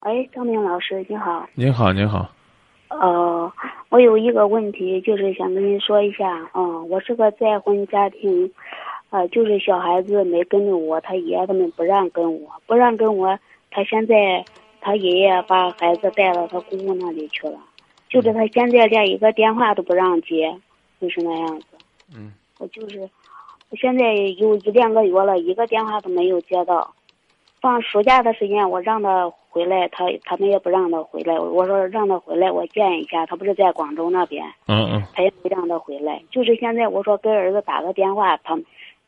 哎，张明老师，你好。您好，您好，呃，我有一个问题，就是想跟您说一下。嗯，我是个再婚家庭，呃，就是小孩子没跟着我，他爷爷他们不让跟我，不让跟我。他现在他爷爷把孩子带到他姑姑那里去了，就是他现在连一个电话都不让接，就是那样子。嗯，我就是，我现在有一两个月了，一个电话都没有接到。放暑假的时间，我让他回来，他他们也不让他回来。我说让他回来，我见一下。他不是在广州那边，嗯嗯他也不让他回来。就是现在，我说跟儿子打个电话，他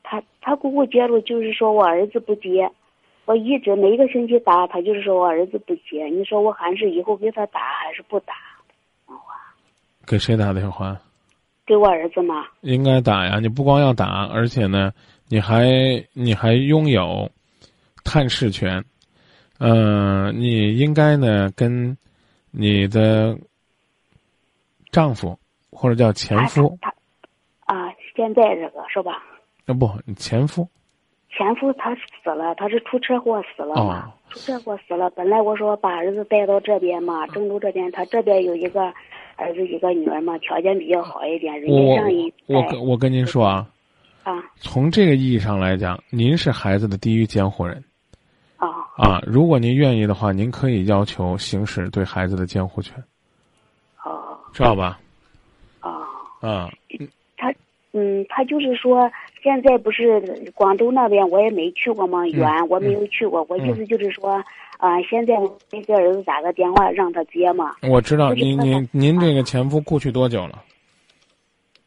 他他姑姑接住，就是说我儿子不接。我一直每一个星期打，他就是说我儿子不接。你说我还是以后给他打还是不打？给谁打电话？给我儿子嘛？应该打呀！你不光要打，而且呢，你还你还拥有探视权。呃，你应该呢跟你的丈夫或者叫前夫，他他啊，现在这个是吧？啊不，前夫前夫他死了，他是出车祸死了嘛？哦出车祸死了。本来我说把儿子带到这边嗯嘛，郑州这边，他这边有一个儿子一个女儿嘛，条件比较好一点，人我家上一代我跟我跟您说啊，啊从这个意义上来讲，您是孩子的第一监护人啊啊。如果您愿意的话，您可以要求行使对孩子的监护权，哦知道吧？哦，啊，嗯，他就是说现在不是广州那边我也没去过嘛，远、嗯我没有去过，我意思就是说啊、现在我给儿子打个电话让他接嘛，我知道就是您说您您这个前夫过去多久了？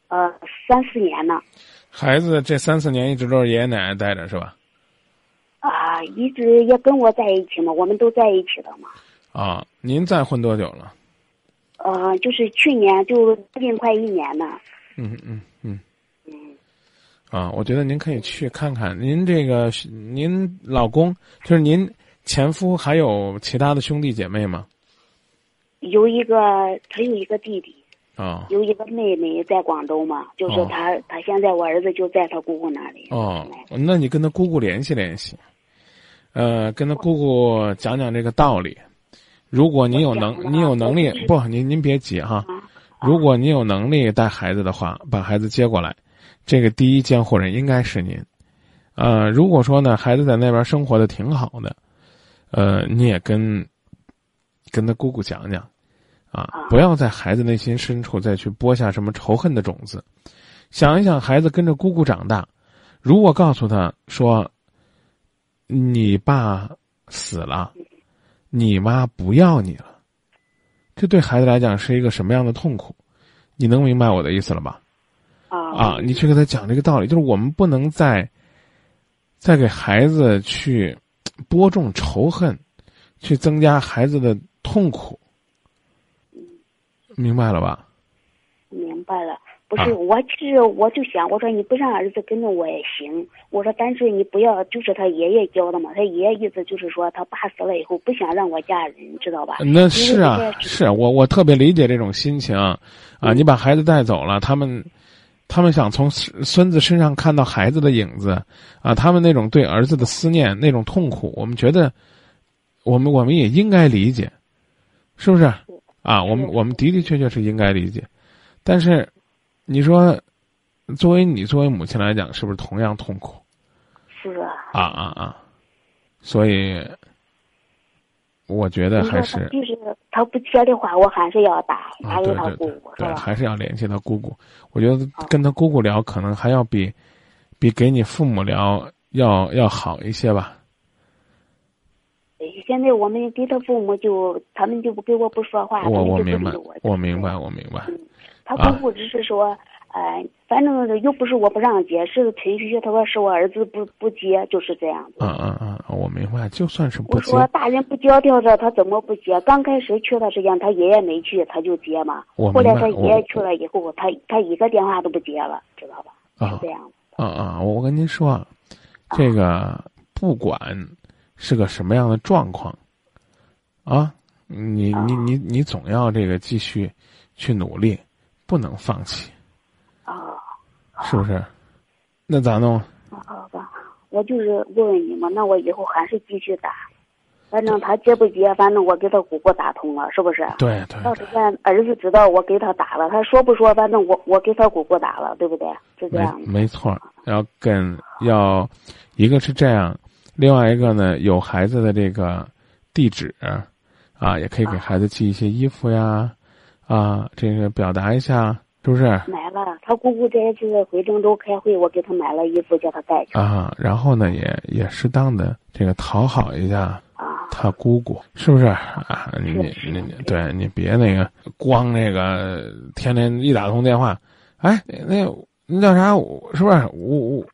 呃，三四年呢。孩子这三四年一直都是爷爷奶奶带着是吧？啊，一直也跟我在一起嘛，我们都在一起的嘛。啊，您再婚多久了？呃，就是去年就接近快一年了。嗯嗯嗯。嗯，啊，我觉得您可以去看看。您这个是您老公就是您前夫，还有其他的兄弟姐妹吗？有一个他有一个弟弟，啊有一个妹妹在广州嘛，就是哦他、他现在我儿子就在他姑姑那里。哦，那你跟他姑姑联系联系，呃，跟他姑姑讲讲这个道理。如果您有我能，讲了您有能力，不，您您别急哈。啊，如果你有能力带孩子的话，把孩子接过来，这个第一监护人应该是您。呃，如果说呢，孩子在那边生活的挺好的，呃，你也跟跟他姑姑讲讲，啊啊，不要在孩子内心深处再去播下什么仇恨的种子。想一想，孩子跟着姑姑长大，如果告诉他说，你爸死了，你妈不要你了，这对孩子来讲是一个什么样的痛苦？你能明白我的意思了吧？啊啊，你去给他讲这个道理，就是我们不能再再给孩子去呃播种仇恨，去增加孩子的痛苦，明白了吧？明白了。不是，啊我其实我就想，我说你不让儿子跟着我也行，我说但是你不要，就是他爷爷教的嘛，他爷爷意思就是说他爸死了以后不想让我嫁人，知道吧？那是啊因为现，在是啊我我特别理解这种心情啊，嗯你把孩子带走了，他们他们想从孙孙子身上看到孩子的影子啊，他们那种对儿子的思念，那种痛苦，我们觉得，我们我们也应该理解，是不是？啊，我们我们的的确确是应该理解，但是，你说，作为你作为母亲来讲，是不是同样痛苦？是啊，啊啊啊！所以，我觉得你说还他是就是他不接的话，我还是要打，啊，打对给他对姑对姑，是对，吧？哦还是要联系他姑姑。我觉得跟他姑姑聊，可能还要比比给你父母聊要要好一些吧。现在我们跟他父母就，他们就不跟我不说话，我他们我就不明白理我，我明白，我明白。他啊姑姑只是说，呃，反正又不是我不让接，是陈旭旭他说是我儿子不不接，就是这样子。嗯嗯嗯，我明白。就算是不我接，说大人不教教着他怎么不接？刚开始去的时间，他爷爷没去，他就接嘛。我后明来白他爷我爷去了以后，他他一个电话都不接了，知道吧？啊这样，啊啊！我跟您说啊，这个不管是个什么样的状况，啊，你你你你总要这个继续去努力，不能放弃，哦，是不是？那咋弄？好吧，我就是问问你嘛，那我以后还是继续打。反正他接不接，反正我给他姑姑打通了，是不是？对对到时哎对咱儿子知道我给他打了，他说不说，反正我我给他姑姑打了，对不对？是这没样的。没错儿，要跟要，一个是这样，另外一个呢，有孩子的这个地址啊，也可以给啊孩子寄一些衣服呀，啊，这个表达一下，是不是？买了，他姑姑这次回郑州开会，我给他买了衣服，叫他带去啊，然后呢，也也适当的这个讨好一下啊。他姑姑，是不是啊？你你是你，对你别那个光那个天天一打通电话，哎，那那叫啥？我是不是我我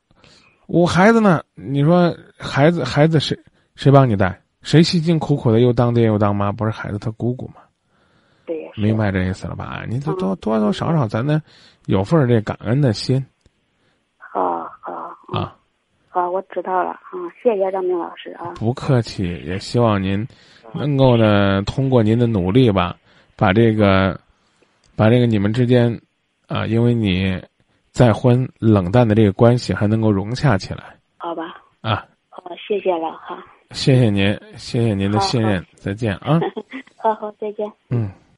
我孩子呢？你说孩子孩子谁谁帮你带？谁辛辛苦苦的又当爹又当妈，不是孩子他姑姑吗？对，是明白这意思了吧？你这嗯多多多少少咱呢有份儿这感恩的心好好啊。好，我知道了啊，谢谢张明老师啊。不客气，也希望您能够呢通过您的努力吧，把这个，把这个你们之间啊、因为你再婚冷淡的这个关系还能够融洽起来好吧，啊！好，谢谢了哈。谢谢您，谢谢您的好信任，再见啊！好好，再见。嗯。